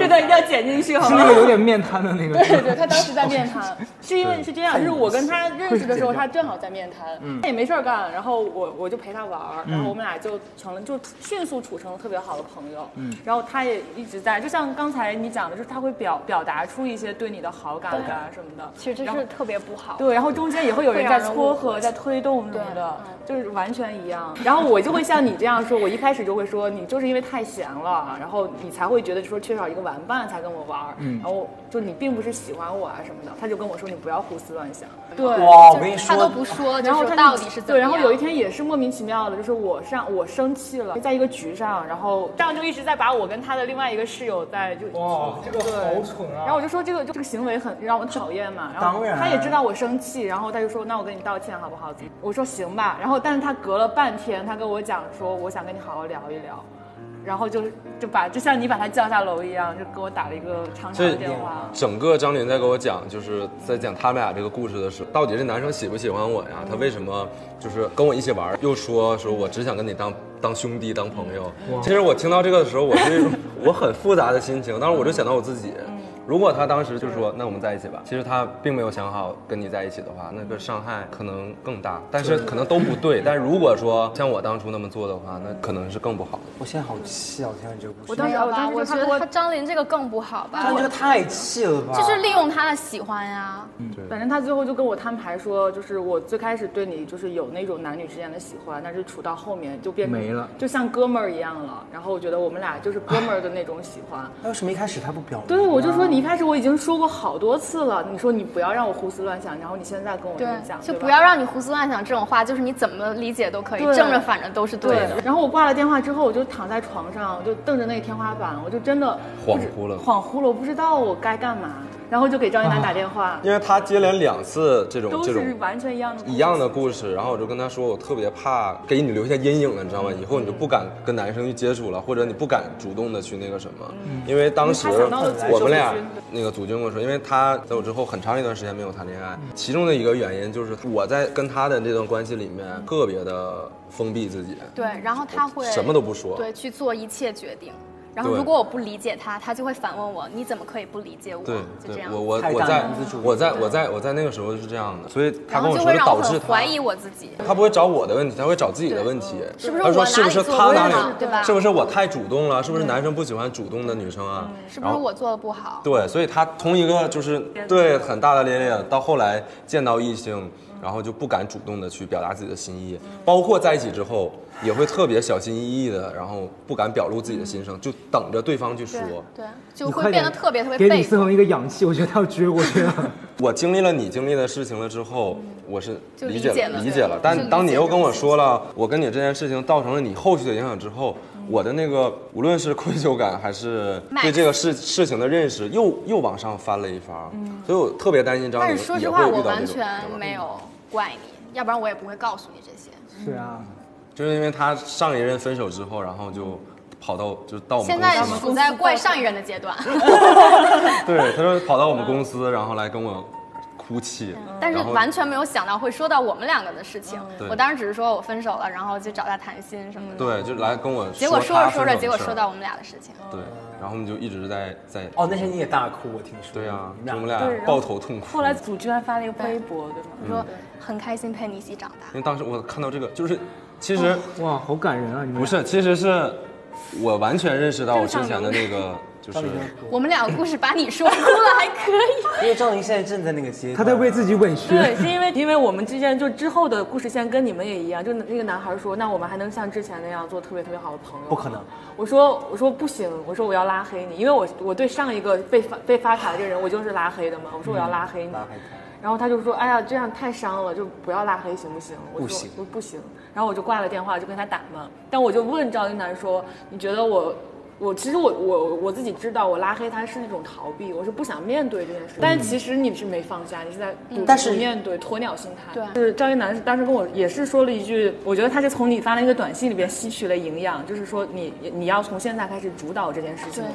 E: 这段一定要剪进去，好
D: 是
E: 吗
D: 那？个有点面瘫的那个。
I: 对对，他当时在面谈，是因为是这样，就是我跟他认识的时候，他正好在面谈，他也没事儿干，然后我我就陪他玩儿，然后我们俩就成了，就迅速处成了特别好的朋友。然后他也一直在，就像刚才你讲的，就是他会表表达出一些对你的好感啊什么的。
H: 其实这
E: 然
H: 是
E: 后
H: 特别不好。
E: 对，然后中间也会有人
H: 会
E: 在
H: 让人
E: 撮
H: 误
E: 合、
H: 会嗯
E: 在推动什么的，就是完全一样。然后我就会像你这样说，我一开始就会说你就是因为太闲了，然后你才会觉得说缺少一个玩伴才跟我玩儿，然后就你并不是喜欢我啊什么的。他就跟我说你不要胡思乱想。
H: 对，
G: 哇我
H: 就是
G: 跟你说
H: 他都不说，
E: 然后他
H: 就是
E: 就
H: 到底是怎么
E: 对，然
H: 样
E: 后有一天也是莫名其妙的，就是我上我生气了，在一个局上，然后这样就一直在把我跟他的另外一个室友在就
D: 哇，这个好蠢啊
E: 然后我就说这个就这个行为很让我讨厌嘛，然
G: 当
E: 后
G: 然
E: 他也知道我生气，然后他就说那我跟你道歉好不好？我说行吧，然后但是他隔了半天，他跟我讲说我想跟你好好聊一聊，然后就就把就像你把他叫下楼一样，就给我打了一个长长
A: 这
E: 的电话。
A: 整个张琳在给我讲，就是在讲他们俩这个故事的时候，到底这男生喜不喜欢我呀？他为什么就是跟我一起玩儿，又说说我只想跟你当当兄弟当朋友？其实我听到这个的时候，我是一种我很复杂的心情，当时我就想到我自己，如果他当时就说那我们在一起吧，其实他并没有想好跟你在一起的话，那个伤害可能更大，但是可能都不对。但如果说像我当初那么做的话，那可能是更不好的。
G: 我现在好气啊！我听到你这个故
J: 我
G: 事，我
J: 当时
H: 没有吧？
J: 我
H: 我
J: 当时就
H: 觉
J: 看
H: 得他
J: 过，
H: 张琳这个更不好吧，
G: 这个太气了吧？
H: 就是利用他的喜欢呀。
J: 反正他最后就跟我摊牌说，就是我最开始对你就是有那种男女之间的喜欢，但是处到后面就变成
D: 没了
J: 就像哥们儿一样了。然后我觉得我们俩就是哥们儿的那种喜
A: 哎
J: 欢。
G: 那为什么一开始他不表明？
J: 对，我就说你一开始我已经说过好多次了，你说你不要让我胡思乱想，然后你现在跟我这
H: 对
J: 么讲，，
H: 就
J: 对吧
H: 不要让你胡思乱想这种话，就是你怎么理解都可以，
J: 对
H: 正着反着都是对
J: 对
H: 的。，
J: 然后我挂了电话之后，我就躺在床上，我就瞪着那个天花板，我就真的
A: 恍惚了
J: 恍惚了，我不知道我该干嘛，然后就给张一楠打电话，
A: 因为他接连两次这种
J: 都
A: 啊这种
J: 是完全一样的故事
A: 一样的故事，然后我就跟他说，我特别怕给你留下阴影了，你知道吗？
H: 嗯
A: 以后你就不敢跟男生去接触了，或者你不敢主动的去那个什么，
H: 嗯
A: 因为当时
J: 因为他想到的是
A: 我们俩
J: 周君
A: 那个组军跟我说，因为他在我之后很长一段时间没有谈恋爱，
H: 嗯
A: 其中的一个原因就是我在跟他的这段关系里面特别的封闭自己，
H: 对，然后他会
A: 什么都不说
H: 对，去做一切决定。然后
A: 对
H: 如果我不理解他，他就会反问我，你怎么可以不理解我？
A: 对
H: 就这
A: 对，
H: 样
A: 我。我
G: 太
A: 我
G: 大
A: 在
G: 男子主义
A: 我在我在我在那个时候是这样的，所以他
H: 然
A: 跟
H: 后
A: 我
H: 就
A: 说
H: 会
A: 就
H: 让我
A: 导致
H: 很
A: 他
H: 怀疑我自己，
A: 他不会找我的问题，他会找自己的问题。
H: 嗯是不是
A: 他
H: 我
A: 说
H: 哪
A: 是不是
H: 里做
A: 他
H: 不
A: 哪
H: 好
A: 里
H: 对吧
A: 是不是我太主动了？是不是男生不喜欢主动的女生啊？
H: 嗯是不
A: 然
H: 是
A: 后
H: 我做的不好？
A: 对，所以他从一个就是对很大大咧咧，到后来见到异性，然后就不敢主动的去表达自己的心
H: 嗯
A: 意，包括在一起之后也会特别小心翼翼的，然后不敢表露自己的心声，就等着对方去说。
H: 对，就
D: 你
H: 会
D: 快
H: 变
D: 点
H: 得特别特别
D: 给
H: 被
D: 李思
H: 动。
D: 恒一个氧气，我觉得他要撅过去了。
A: 我经历了你经历的事情了之后，我是
H: 嗯就
A: 理解
H: 理解了
A: 理解了
H: 对。就理
A: 但
H: 解
A: 当你又
H: 这
A: 跟
H: 种
A: 我
H: 事
A: 说了，我跟你这件事情造成了你后续的影响之后，我的那个无论是愧疚感还是
H: 嗯 Max
A: 对这个事事情的认识，又又往上翻了一番。所以我特别担心张
H: 嗯但
A: 颖
H: 是说
A: 也
H: 实
A: 会
H: 话，
A: 遇
H: 我
A: 到这
H: 完
A: 种。嗯
H: 全没有怪你，要不然我也不会告诉你这些。
D: 是啊，
A: 就是因为他上一任分手之后，然后就跑到就到我们
H: 现
A: 公司
H: 在
A: 嘛。
H: 处在怪上一任的阶段，
A: 对，他说跑到我们公司，然后来跟我哭泣，
H: 嗯但是
A: 然后嗯
H: 完全没有想到会说到我们两个的事情。
A: 对
H: 我当时只是说我分手了，然后就找他谈心什么的。
A: 对，就来跟我说
H: 结果说着
A: 他分
H: 说
A: 手
H: 着，
A: 的
H: 结果
A: 事儿
H: 说到我们俩的事情。
A: 对，然后我们就一直在在
G: 哦，那天你也大哭，我听说。
A: 对啊，
G: 你
A: 就我们
G: 们俩
A: 俩抱头痛哭。
E: 后来组居然发了一个微博，对吗？
H: 我说很开心陪你一起长
A: 因
H: 大。
A: 为当时我看到这个，就是其实
D: 哇，好感人啊！你们
A: 不是，其实是我完全认识到我之前的那个，就是
G: 张琳要哭，
H: 我们俩个故事把你说哭了还可以。
G: 因为张琳现在正在那个阶段，
D: 他在为自己委屈。
E: 对，是因为因为我们之间就之后的故事线跟你们也一样，就那个男孩说，那我们还能像之前那样做特别特别好的朋友？
G: 不可能。
E: 我说我说不行，我说我要拉黑你，因为我我对上一个被发被发卡的这个人，我就是拉黑的嘛。我说我要拉黑你，
G: 拉黑他
E: 然后他就说，哎呀，这样太伤了，就不要拉黑行不行？我
G: 不
E: 说
G: 行
E: 我不行。然后我就挂了电话，就跟他打嘛。但我就问赵一楠说，你觉得我？我其实我我我自己知道，我拉黑他是那种逃避，我是不想面对这件事。
G: 嗯
E: 但其实你是没放下，你是在不
G: 但是
E: 不面对鸵鸟心态。
H: 对
E: 就是赵一楠当时跟我也是说了一句，我觉得他是从你发了一个短信里边吸取了营养，就是说你你要从现在开始主导这件事情了。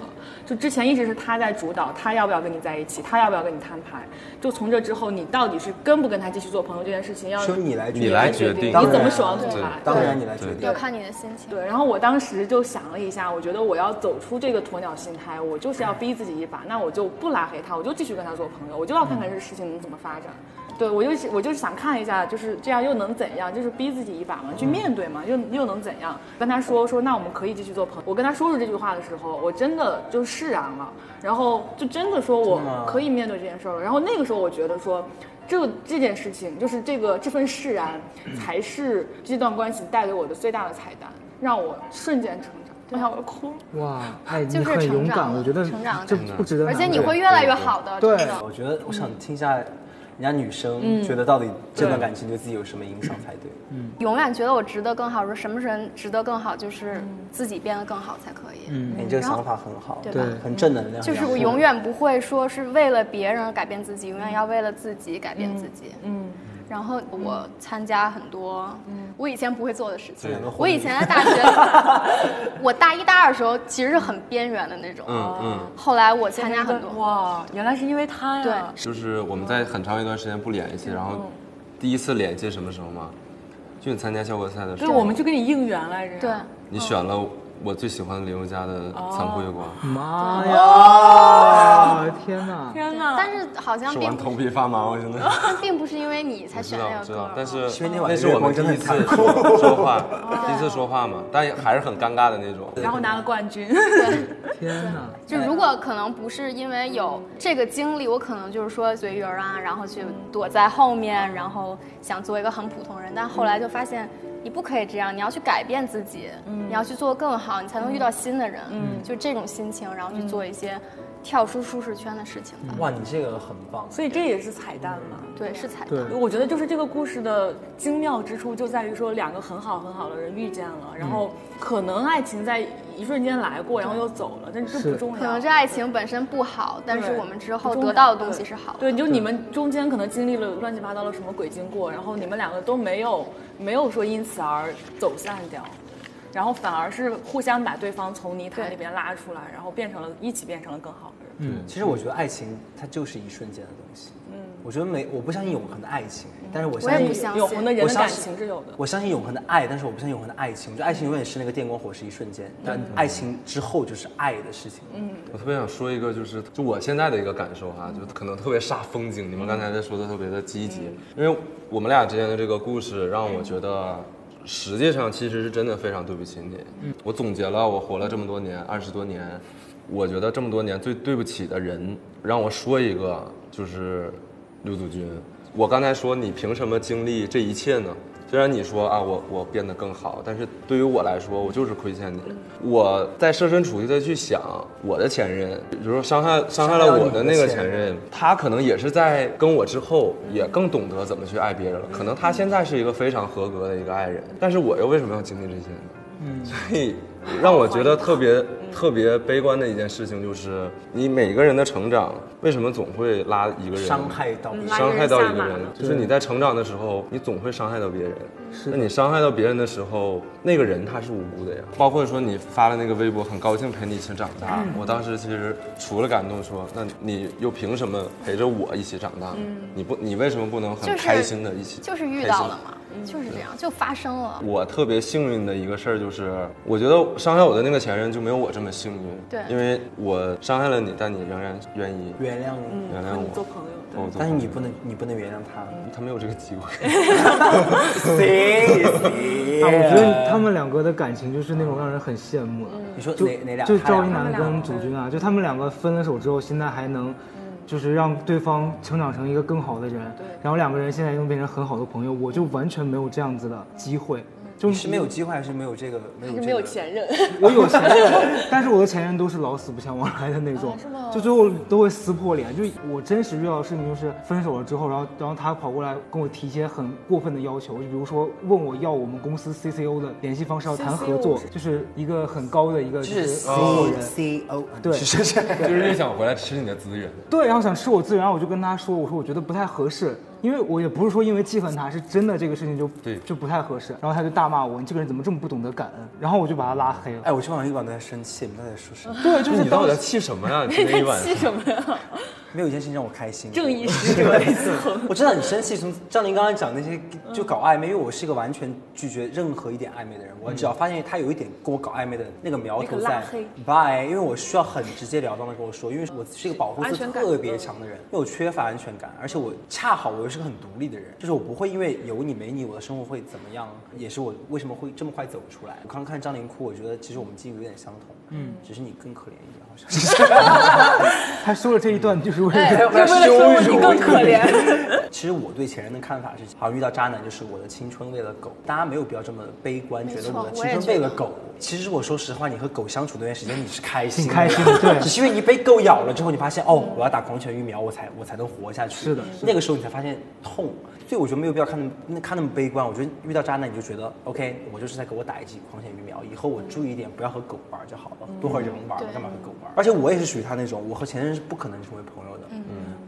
E: 就之前一直是他在主导，他要不要跟你在一起，他要不要跟你摊牌。就从这之后，你到底是跟不跟他继续做朋友这件事情，要
G: 是由你来决定，
A: 你来决定
E: 你
A: 当然
E: 怎么手到擒
H: 对
E: 来。
G: 当然你来决
A: 对
G: 定
H: 要。看你的心情。
E: 对，然后我当时就想了一下，我觉得我要走出这个鸵鸟心态，我就是要逼自己一把，那我就不拉黑他，我就继续跟他做朋友，我就要看看这事情能怎么发展。对，我就是我就是想看一下，就是这样又能怎样？就是逼自己一把嘛，去面对嘛，又又能怎样？跟他说说，那我们可以继续做朋友。我跟他说出这句话的时候，我真的就释然了，然后就真的说我
G: 真的吗
E: 可以面对这件事儿了。然后那个时候我觉得说，这这件事情就是这个这份释然，才是这段关系带给我的最大的彩蛋，让我瞬间成长。我想我哭了。
D: 哇，哎，你
H: 就是
D: 很
H: 成
D: 勇
H: 长
D: 敢，
H: 了
D: 我觉得
H: 成长了
D: 这不值得
H: 而
D: 难过。
H: 且你会越来越好的，
D: 对
H: 真的
G: 我觉得我
H: 嗯
G: 想听一下，人家女生觉得到底这段感情对自己有什么影响才对。
H: 永远觉得我值得更好。说什么人值得更好，就是自己变得更好才可以。
A: 嗯
G: 哎你这个想法很好，
H: 对吧对
G: 很正
A: 啊
G: 能量。
H: 就是我永远不会说是为了别人而改变自己，永远要为了自己改变自己。嗯。然后我参加很多
A: 嗯
H: 我以前不会做的事情
G: 对。
H: 我以前在大学， 我大一大二的时候其实是很边缘的那种。
A: 嗯嗯，
H: 后来我参加很多，
E: 哇，原来是因为他呀！
H: 对
A: 就是我们在很长一段时间不联系，然后第一次联系什么时候吗？就你参加校歌赛的时
E: 对，
A: 候，
E: 我们去跟你应援来着。
H: 对，
A: 你选了我最喜欢林宥嘉的《残酷月光》
D: 哦妈呀！天哪！
I: 天哪！
H: 但是好像
A: 是
H: 并
A: 完头皮发麻，我真的。
H: 但并不是因为你才
A: 知
H: 选
A: 道
H: 那个
A: 知
H: 歌
A: 道
H: 儿，，
A: 但是
G: 因为那晚
A: 那是我们第一次
G: 月光真
A: 说说话，第一次说话嘛，但也还是很尴尬的那种。
I: 然后拿了冠军，
D: 天哪！
A: 哎
H: 就如果可能不是因为有这个经历，我可能就是说随缘啊，然后去躲在后面，然后想做一个很普通人。但后来就发现，你不可以这样，你要去改变自己，
A: 嗯
H: 你要去做得更好，你才能遇到新的人。嗯就这种心情，然后去做一些跳出舒适圈的事情
A: 嗯
H: 吧。
G: 哇，你这个很棒。
I: 所以这也是彩蛋嘛。
H: 对，是彩
D: 对
H: 蛋。
I: 我觉得就是这个故事的精妙之处就在于说，两个很好很好的人遇见了，然后
E: 嗯
I: 可能爱情在一瞬间来过，然后又走了，但这
D: 是
I: 不重要。
H: 可能这爱情本身不好，但是
I: 对
H: 我们之后
I: 不重要
H: 得到的东西是好的。
I: 对，就你们中间可能经历了乱七八糟的什么鬼经过，然后你们两个都没有没有说因此而走散掉，然后反而是互相把对方从泥潭里边拉出来，然后变成了一起变成了更好的人。
H: 嗯
D: 嗯
G: 其实我觉得爱情它就是一瞬间的东西。嗯，我觉得没，我不相信永恒的爱情，但是我
H: 嗯我
G: 相信
H: 也不相
I: 永恒的
H: 信。
I: 人
G: 我
I: 的
G: 相
I: 感
G: 信
I: 情是有的。
G: 我相信永恒的爱，但是我不相信永恒的爱情。我觉得爱情永远是那个电光火石一瞬
H: 嗯
G: 间，但爱情之后就是爱的事情。嗯，
A: 我特别想说一个，就是就我现在的一个感受哈、就可能特别煞风景。你们刚才在说的特别的积极，因为我们俩之间的这个故事，让我觉得实际上其实是真的非常对不起你。我总结了，我活了这么多年，二十多年，我觉得这么多年最对不起的人，让我说一个，就是刘祖君。我刚才说你凭什么经历这一切呢？虽然你说啊，我我变得更好，但是对于我来说，我就是亏欠你。我在设身处地的去想我的前任，比如说伤害伤害了我的那个前任，他可能也是在跟我之后也更懂得怎么去爱别人了。可能他现在是一个非常合格的一个爱人，但是我又为什么要经历这些呢？所以让我觉得特别特别悲观的一件事情就是，你每个人的成长为什么总会拉一个人
G: 伤害到
H: 嗯
G: 别人
A: 伤害到一个
I: 拉一个人
A: 人
I: 下马？
A: 就是你在成长的时候，你总会伤害到别人。是，那你伤害到别人的时候，那个人他是无辜的呀。包括说你发了那个微博，很高兴陪你一起长大。我当时其实除了感动说，那你又凭什么陪着我一起长大呢？你不，你为什么不能很
H: 就是
A: 开心的一起？
H: 就是
A: 开
H: 遇
A: 心
H: 到
A: 地
H: 了嘛，就是这样，就发生了。
A: 我特别幸运的一个事儿就是，我觉得伤害我的那个前任就没有我这么幸运。
H: 对
A: 因为我伤害了你，但你仍然愿意
G: 原谅你，
H: 嗯
A: 原谅
I: 和你
A: 我，
I: 嗯做朋友，对
A: 跟我做
G: 但是
A: 朋
G: 你
A: 友
G: 不能，你不能原谅 他。
A: 他没有这个机会。
G: 谁谁
D: 啊，我觉得他们两个的感情就是那种让人很羡慕
H: 嗯
D: 的。
G: 你说
D: 就
G: 哪哪俩？
D: 就
G: 他俩
D: 赵一楠跟祖君啊，就他们两个分了手之后，现在还能，就是让对方成长成一个更好的人。然后两个人现在又变成很好的朋友，我就完全没有这样子的机会。就
G: 你是没有机会，还是没有这个没有这
I: 就
G: 个
I: 没有前任，
D: 我有 前任，但是我的前任都是老死不相往来的那种，就最后都会撕破脸。就我真实遇到的事情就是分手了之后，然后然后他跑过来跟我提一些很过分的要求，就比如说问我要我们公司 CCO 的联系方式，要谈合作，就是一个很高的一个就
G: 就
D: 是是
G: C
D: 合伙
G: O
D: 人。
G: C O，
D: 对
G: 是是。
A: 就是又想回来吃你的 资源，
D: 对，然后想吃我资源，然后我就跟他说，我说我觉得不太合适，因为我也不是说因为气愤他，是真的这个事情就
A: 对
D: 就不太合适。然后他就大骂我，你这个人怎么这么不懂得感恩？然后我就把他拉黑了。
G: 哎，我今晚一晚都在生气，你们都在说什么？
D: 对，就是
A: 你到
D: 当
A: 底在
D: 时
A: 气什么呀？你那 一晚
I: 气什么呀？
G: 没有一件事情让我开心。
I: 正义使者 的一次
G: 我知道你生气，从张琳刚刚讲那些
I: 嗯
G: 就搞暧昧，因为我是一个完全拒绝任何一点暧昧的人。我只要发现他有一点跟我搞暧昧的那个苗头
I: 嗯那个
G: 在
I: 拉黑
G: ，bye，因为我需要很直截了当的跟我说，因为我是一个保护
I: 安
G: 自己
I: 全感嗯
G: 特别强的人，因为我缺乏安全感，而且我恰好我又是个很独立的人，就是我不会因为有你没你，我的生活会怎么样，也是我为什么会这么快走出来。我刚看张琳哭，我觉得其实我们境遇有点相同，嗯，只是你更可怜一点，好像是。
D: 他说了这一段，就是为了、
I: 就为了说你更可怜。
G: 其实我对前任的看法是，好像遇到渣男就是我的青春喂了狗，大家没有必要这么悲观，
H: 没
G: 觉
H: 错
G: 得我的青
H: 我也
G: 春
H: 觉
G: 喂
H: 得
G: 了狗。其实我说实话，你和狗相处那段时间你是开心，
D: 挺开心的对
G: 只是因为你被狗咬了之后，你发现哦，我要打狂犬疫苗，我才我才能活下去。
D: 是的
G: 那个时候你才发现痛，所以我觉得没有必要看那么那看那么悲观。我觉得遇到渣男你就觉得 OK，我就是在给我打一剂狂犬疫苗，以后我注意一点，不要和狗玩就好
D: 嗯
G: 了，多和人玩，
H: 对
G: 干嘛和狗玩？而且我也是属于他那种，我和前任是不可能成为朋友的，嗯，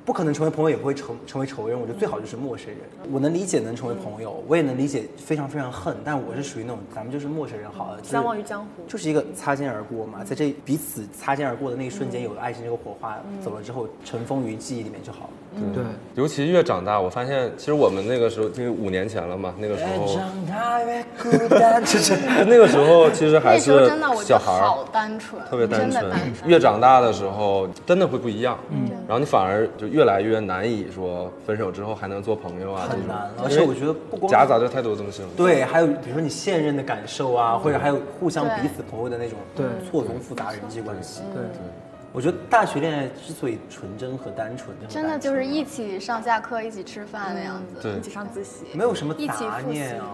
G: 不可能成为朋友，也不会成成为仇人。我觉得最好就是陌生人，我能理解能成为朋友，我也能理解非常非常恨，但我是属于那种咱们就是陌生人好了，就是
I: 相忘于江
H: 嗯
I: 湖
G: 就是一个擦肩而过嘛，在这彼此擦肩而过的那一瞬间，有了爱情这个火花，走了之后尘封于记忆里面就好了。
H: 嗯
D: 对。
H: 哎
G: 哦
A: 尤其越长大，我发现其实我们那个时候，因为五年前了嘛，那个时候
G: 哎长大越别孤 单，就是
A: 那个时候其实还
H: 那时候
A: 是
H: 真的我觉
A: 小
H: 得
A: 孩儿，
H: 好单纯，
A: 特别单
H: 真的
A: 纯
H: 单。纯。
A: 越长大的时候，真的会不一样。嗯，然后你反而就越来越难以说分手之后还能做朋友啊，
G: 很
A: 这种
G: 难了
A: 因
G: 而
A: 为
G: 且我觉得不光
A: 夹杂着太多东西了。
G: 对，还有比如说你现任的感受啊，或者还有互相
H: 对嗯
G: 彼此朋友的那种
D: 对
G: 错综复杂人际关系。
D: 对，
G: 我觉得大学恋爱之所以纯真和单纯，
H: 真的就是一起上下课、一起吃饭的样子。
A: 对
E: 一起上自习。
G: 没有什么
H: 一起
G: 杂
H: 复习嗯
G: 念啊。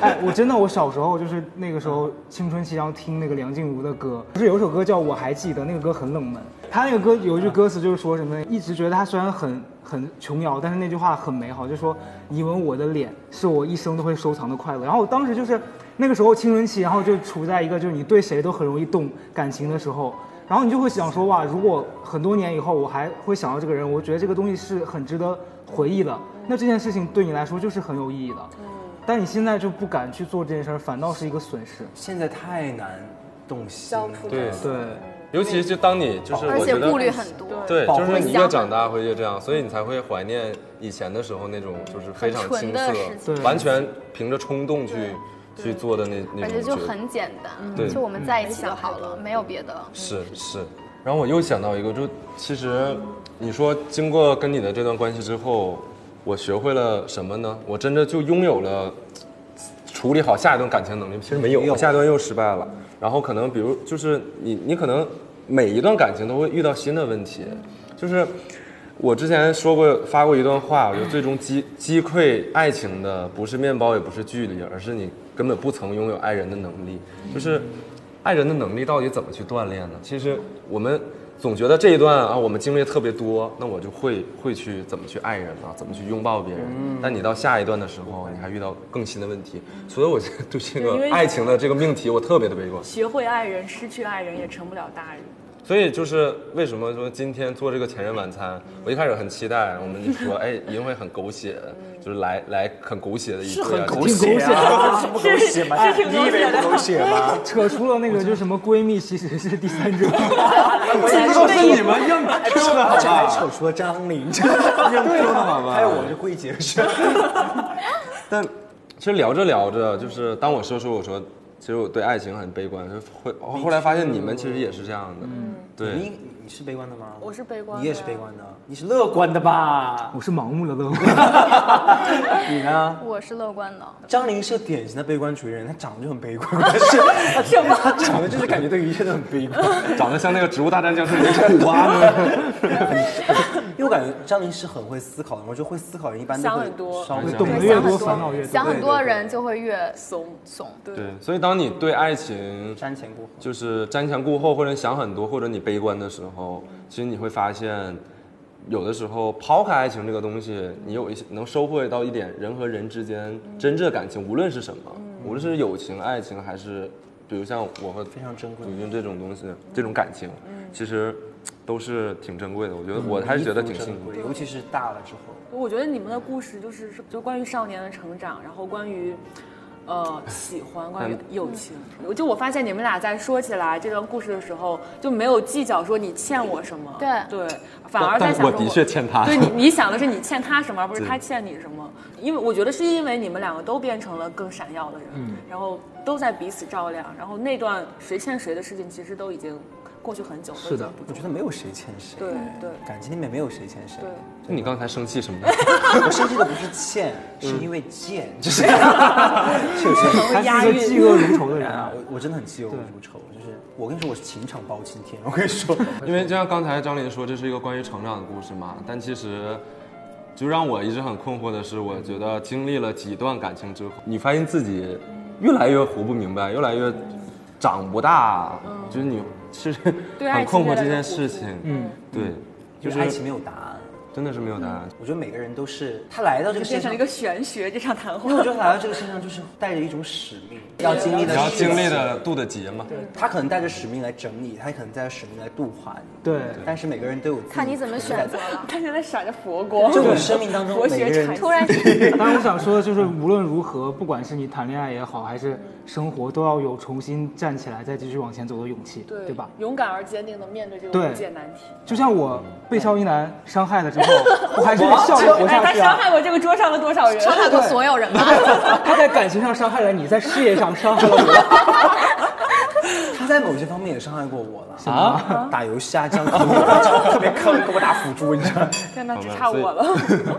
D: 哎，我真的，我小时候就是那个时候青春期，然后听那个梁静茹的歌，不是有一首歌叫《我还记得》，那个歌很冷门。她那个歌有一句歌词就是说什么，一直觉得她虽然很很琼瑶，但是那句话很美好，就说你吻我的脸是我一生都会收藏的快乐。然后我当时就是那个时候青春期，然后就处在一个就是你对谁都很容易动感情的时候。然后你就会想说哇，如果很多年以后我还会想到这个人，我觉得这个东西是很值得回忆的，那这件事情对你来说就是很有意义的。但你现在就不敢去做这件事儿，反倒是一个损失。
G: 现在太难动心了，
A: 对，
D: 对，
A: 尤其就当你就是
H: 而
A: 我
H: 且
A: 觉得
H: 顾虑很多，
A: 对，
G: 保护
A: 就是你
H: 想
A: 越长大会越这样，所以你才会怀念以前的时候那种就是非常
H: 很纯
A: 青
H: 的事
A: 涩
H: 情，
A: 完全凭着冲动去去做的那那
H: 而
A: 种
H: 且就
A: 决定
H: 很简单，
A: 对
H: 就我
D: 嗯
H: 们在一起就好了，没有别的。
A: 是是，然后我又想到一个，就其实你说经过跟你的这段关系之后，我学会了什么呢？我真的就拥有了处理好下一段感情能力，其实没有，我下一段又失败了。然后可能比如就是你你可能每一段感情都会遇到新的问题，就是。我之前说过发过一段话，我觉得最终击击溃爱情的不是面包，也不是距离，而是你根本不曾拥有爱人的能力。就是爱人的能力到底怎么去锻炼呢？其实我们总觉得这一段啊，我们经历特别多，那我就会会去怎么去爱人啊，怎么去拥抱别人。
E: 嗯
A: 但你到下一段的时候，你还遇到更新的问题，所以我觉得对这
E: 对因为
A: 个爱情的这个命题，我特别的悲观。
E: 学会爱人，失去爱人也成不了大人。
A: 所以就是为什么说今天做这个前任晚餐，我一开始很期待，我们就说，哎，一定会很狗血，就是来来很狗血的一对、啊，
G: 很狗血啊，这不 狗血吗？
E: 是挺
G: 你以为不狗血吗？
D: 扯出了那个就是什么闺蜜其实是第三者，
C: 这都是你们硬丢的好
G: 哎这还
C: 吧？
G: 扯出了张琳，这硬
C: 说的好吧
G: 还有我们这桂姐是，
A: 但其实聊着聊着，就是当我说出我说，其实我对爱情很悲观，就会后后来发现你们其实也是这样的，对，
G: 你你是悲观的吗？
E: 我是悲观的
G: 你也是悲观的，你是乐观的吧？
D: 我是盲目的乐观。
G: 你呢？
H: 我是乐观的，
G: 张琳是典型的悲观主义人，她长得就很悲观，但是 她长得就是感觉对一切都很悲观。
A: 长得像那个《植物大战僵尸》里的苦瓜呢。
G: 因为我感觉张琳是很会思考的，我觉得会思考人一般都
E: 想
G: 会
E: 很多
G: 稍微
D: 懂得越多，烦恼越多。
H: 想很多人就会越
E: 怂，
H: 怂。
A: 对，所以当你对爱情
G: 瞻前顾后。
A: 就是瞻前顾后，或者你想很多，或者你悲观的时候，其实你会发现，有的时候抛开爱情这个东西，你有一些能收获到一点人和人之间真正的感情，无论是什么，
E: 嗯
A: 无论是友情、爱情，还是比如像我和非
G: 常珍贵
A: 鲁军这种东西，这种感情，
E: 嗯
A: 其实都是挺珍贵的。我觉得
G: 嗯
A: 我还是觉得挺幸福的。
G: 尤其是大了之后。
E: 我觉得你们的故事就是就关于少年的成长，然后关于。 呃，喜欢关于友情，我就我发现你们俩在说起来这段故事的时候，就没有计较说你欠我什么，
H: 对
E: 对，反而在
A: 但
E: 想说
A: 我的确欠他
E: 对你你想的是你欠他什么，而不是他欠你什么，因为我觉得是因为你们两个都变成了更闪耀的人，
A: 嗯
E: 然后都在彼此照亮，然后那段谁欠谁的事情其实都已经过去很久，都已经
D: 是的
E: 不
G: 我觉得没有谁欠谁，
E: 对对
G: 感情里面没有谁欠谁。
E: 对，
A: 那你刚才生气什么？
G: 我生气的不是欠，
A: 嗯
G: 是因为贱，就是， 就是
D: 他是一个嫉恶如仇的人 啊。
G: 我我真的很嫉恶如仇，就是我跟你说我是情场包青天，我跟你说，
A: 因为 就像刚才张琳说，这是一个关于成长的故事嘛，但其实。就让我一直很困惑的是，我觉得经历了几段感情之后，你发现自己越来越活不明白，越来越长不大，就是你其实
E: 对
A: 很
E: 爱情
A: 困惑
E: 越来
A: 这
E: 越
A: 件
E: 糊涂
A: 事情。嗯，对，
G: 就
A: 就
G: 是爱情
A: 是
G: 没有答案。
A: 真的是没有答案。
G: 我觉得每个人都是他来到这个世界
E: 变成
G: 上
E: 了一，个玄学这场谈话
G: 因为我。觉得他来到这个世界上就是带着一种使命，要经历的
A: 你要
G: 事情
A: 经历，的渡的劫嘛，
G: 他可能带着使命来整你，他可能带着使命来度化你。
D: 对，
G: 但是每个人都有自己
H: 看你怎么选择了。
E: 他现在闪着佛光，
G: 就我生命当中
E: 佛
G: 每个
E: 学
G: 人
E: 禅
H: 突然，
D: 当然我想说的就是，无论如何，不管是你谈恋爱也好，还是生活，都要有重新站起来再继续往前走的勇气，对吧？
E: 勇敢而坚定的面对这
D: 对
E: 个无解难题。
D: 就像我被肖一楠伤害了之后， 后，我还是得笑着活
I: 哎，
D: 下
I: 他
D: 去啊
I: 伤。害我这个桌上的多少人？
H: 哎伤害过所有人吧？
D: 他在感情上伤害了你，在事业上伤害了我。
G: 他在某些方面也伤害过我了
D: 啊！
G: 打游戏啊，这样子特别坑，给我打辅助，你知道吗？
I: 天哪，只
A: 好吧
I: 差
A: 所以
I: 我了。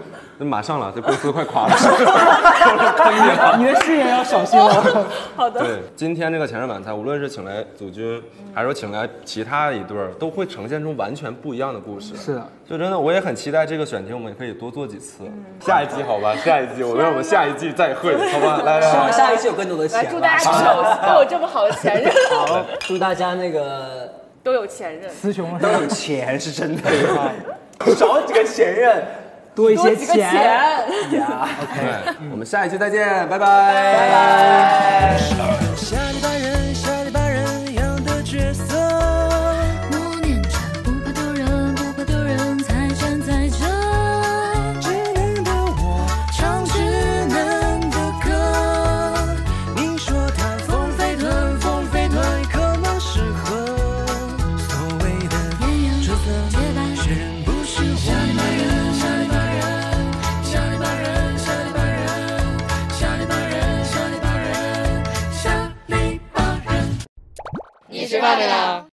A: 那马上了，这公司快 垮了，坑你了。
D: 你的事业要小心哦。
I: 好 的，
A: 对，今天这个前任晚餐，无论是请来祖君，还是说请来其他一对儿，都会呈现出完全不一样的故事。
D: 是的，
A: 就真的我也很期待这个选题，我们也可以多做几次。下一季好吧，下一季，我让我们下一季再会，好吧？来来
G: 希望
A: 来，
G: 下一期有更多的钱
I: 来
G: 了。
I: 祝大家都有都有这么好的前任，
G: 好，祝大家那个
I: 都有前任。
D: 词穷了是
G: 都
D: 吧，
G: 有钱是真的，少几个前任
D: 多一
I: 多
D: 些
I: 几个钱。
G: 呀。
A: 对，嗯我们下一期再见，拜
B: 下
A: 拜。
B: 里巴人，下里巴人一样的角色。默念着不怕丢人，不怕丢人，才站在这。稚嫩的我唱稚嫩的歌。你说他风飞臀，风飞臀可能适合所谓的出色，是不是我们？下里巴人，下里巴人，下里巴人，下里巴人，下里巴人，下里巴人，下里巴人。
K: 你吃饭没有？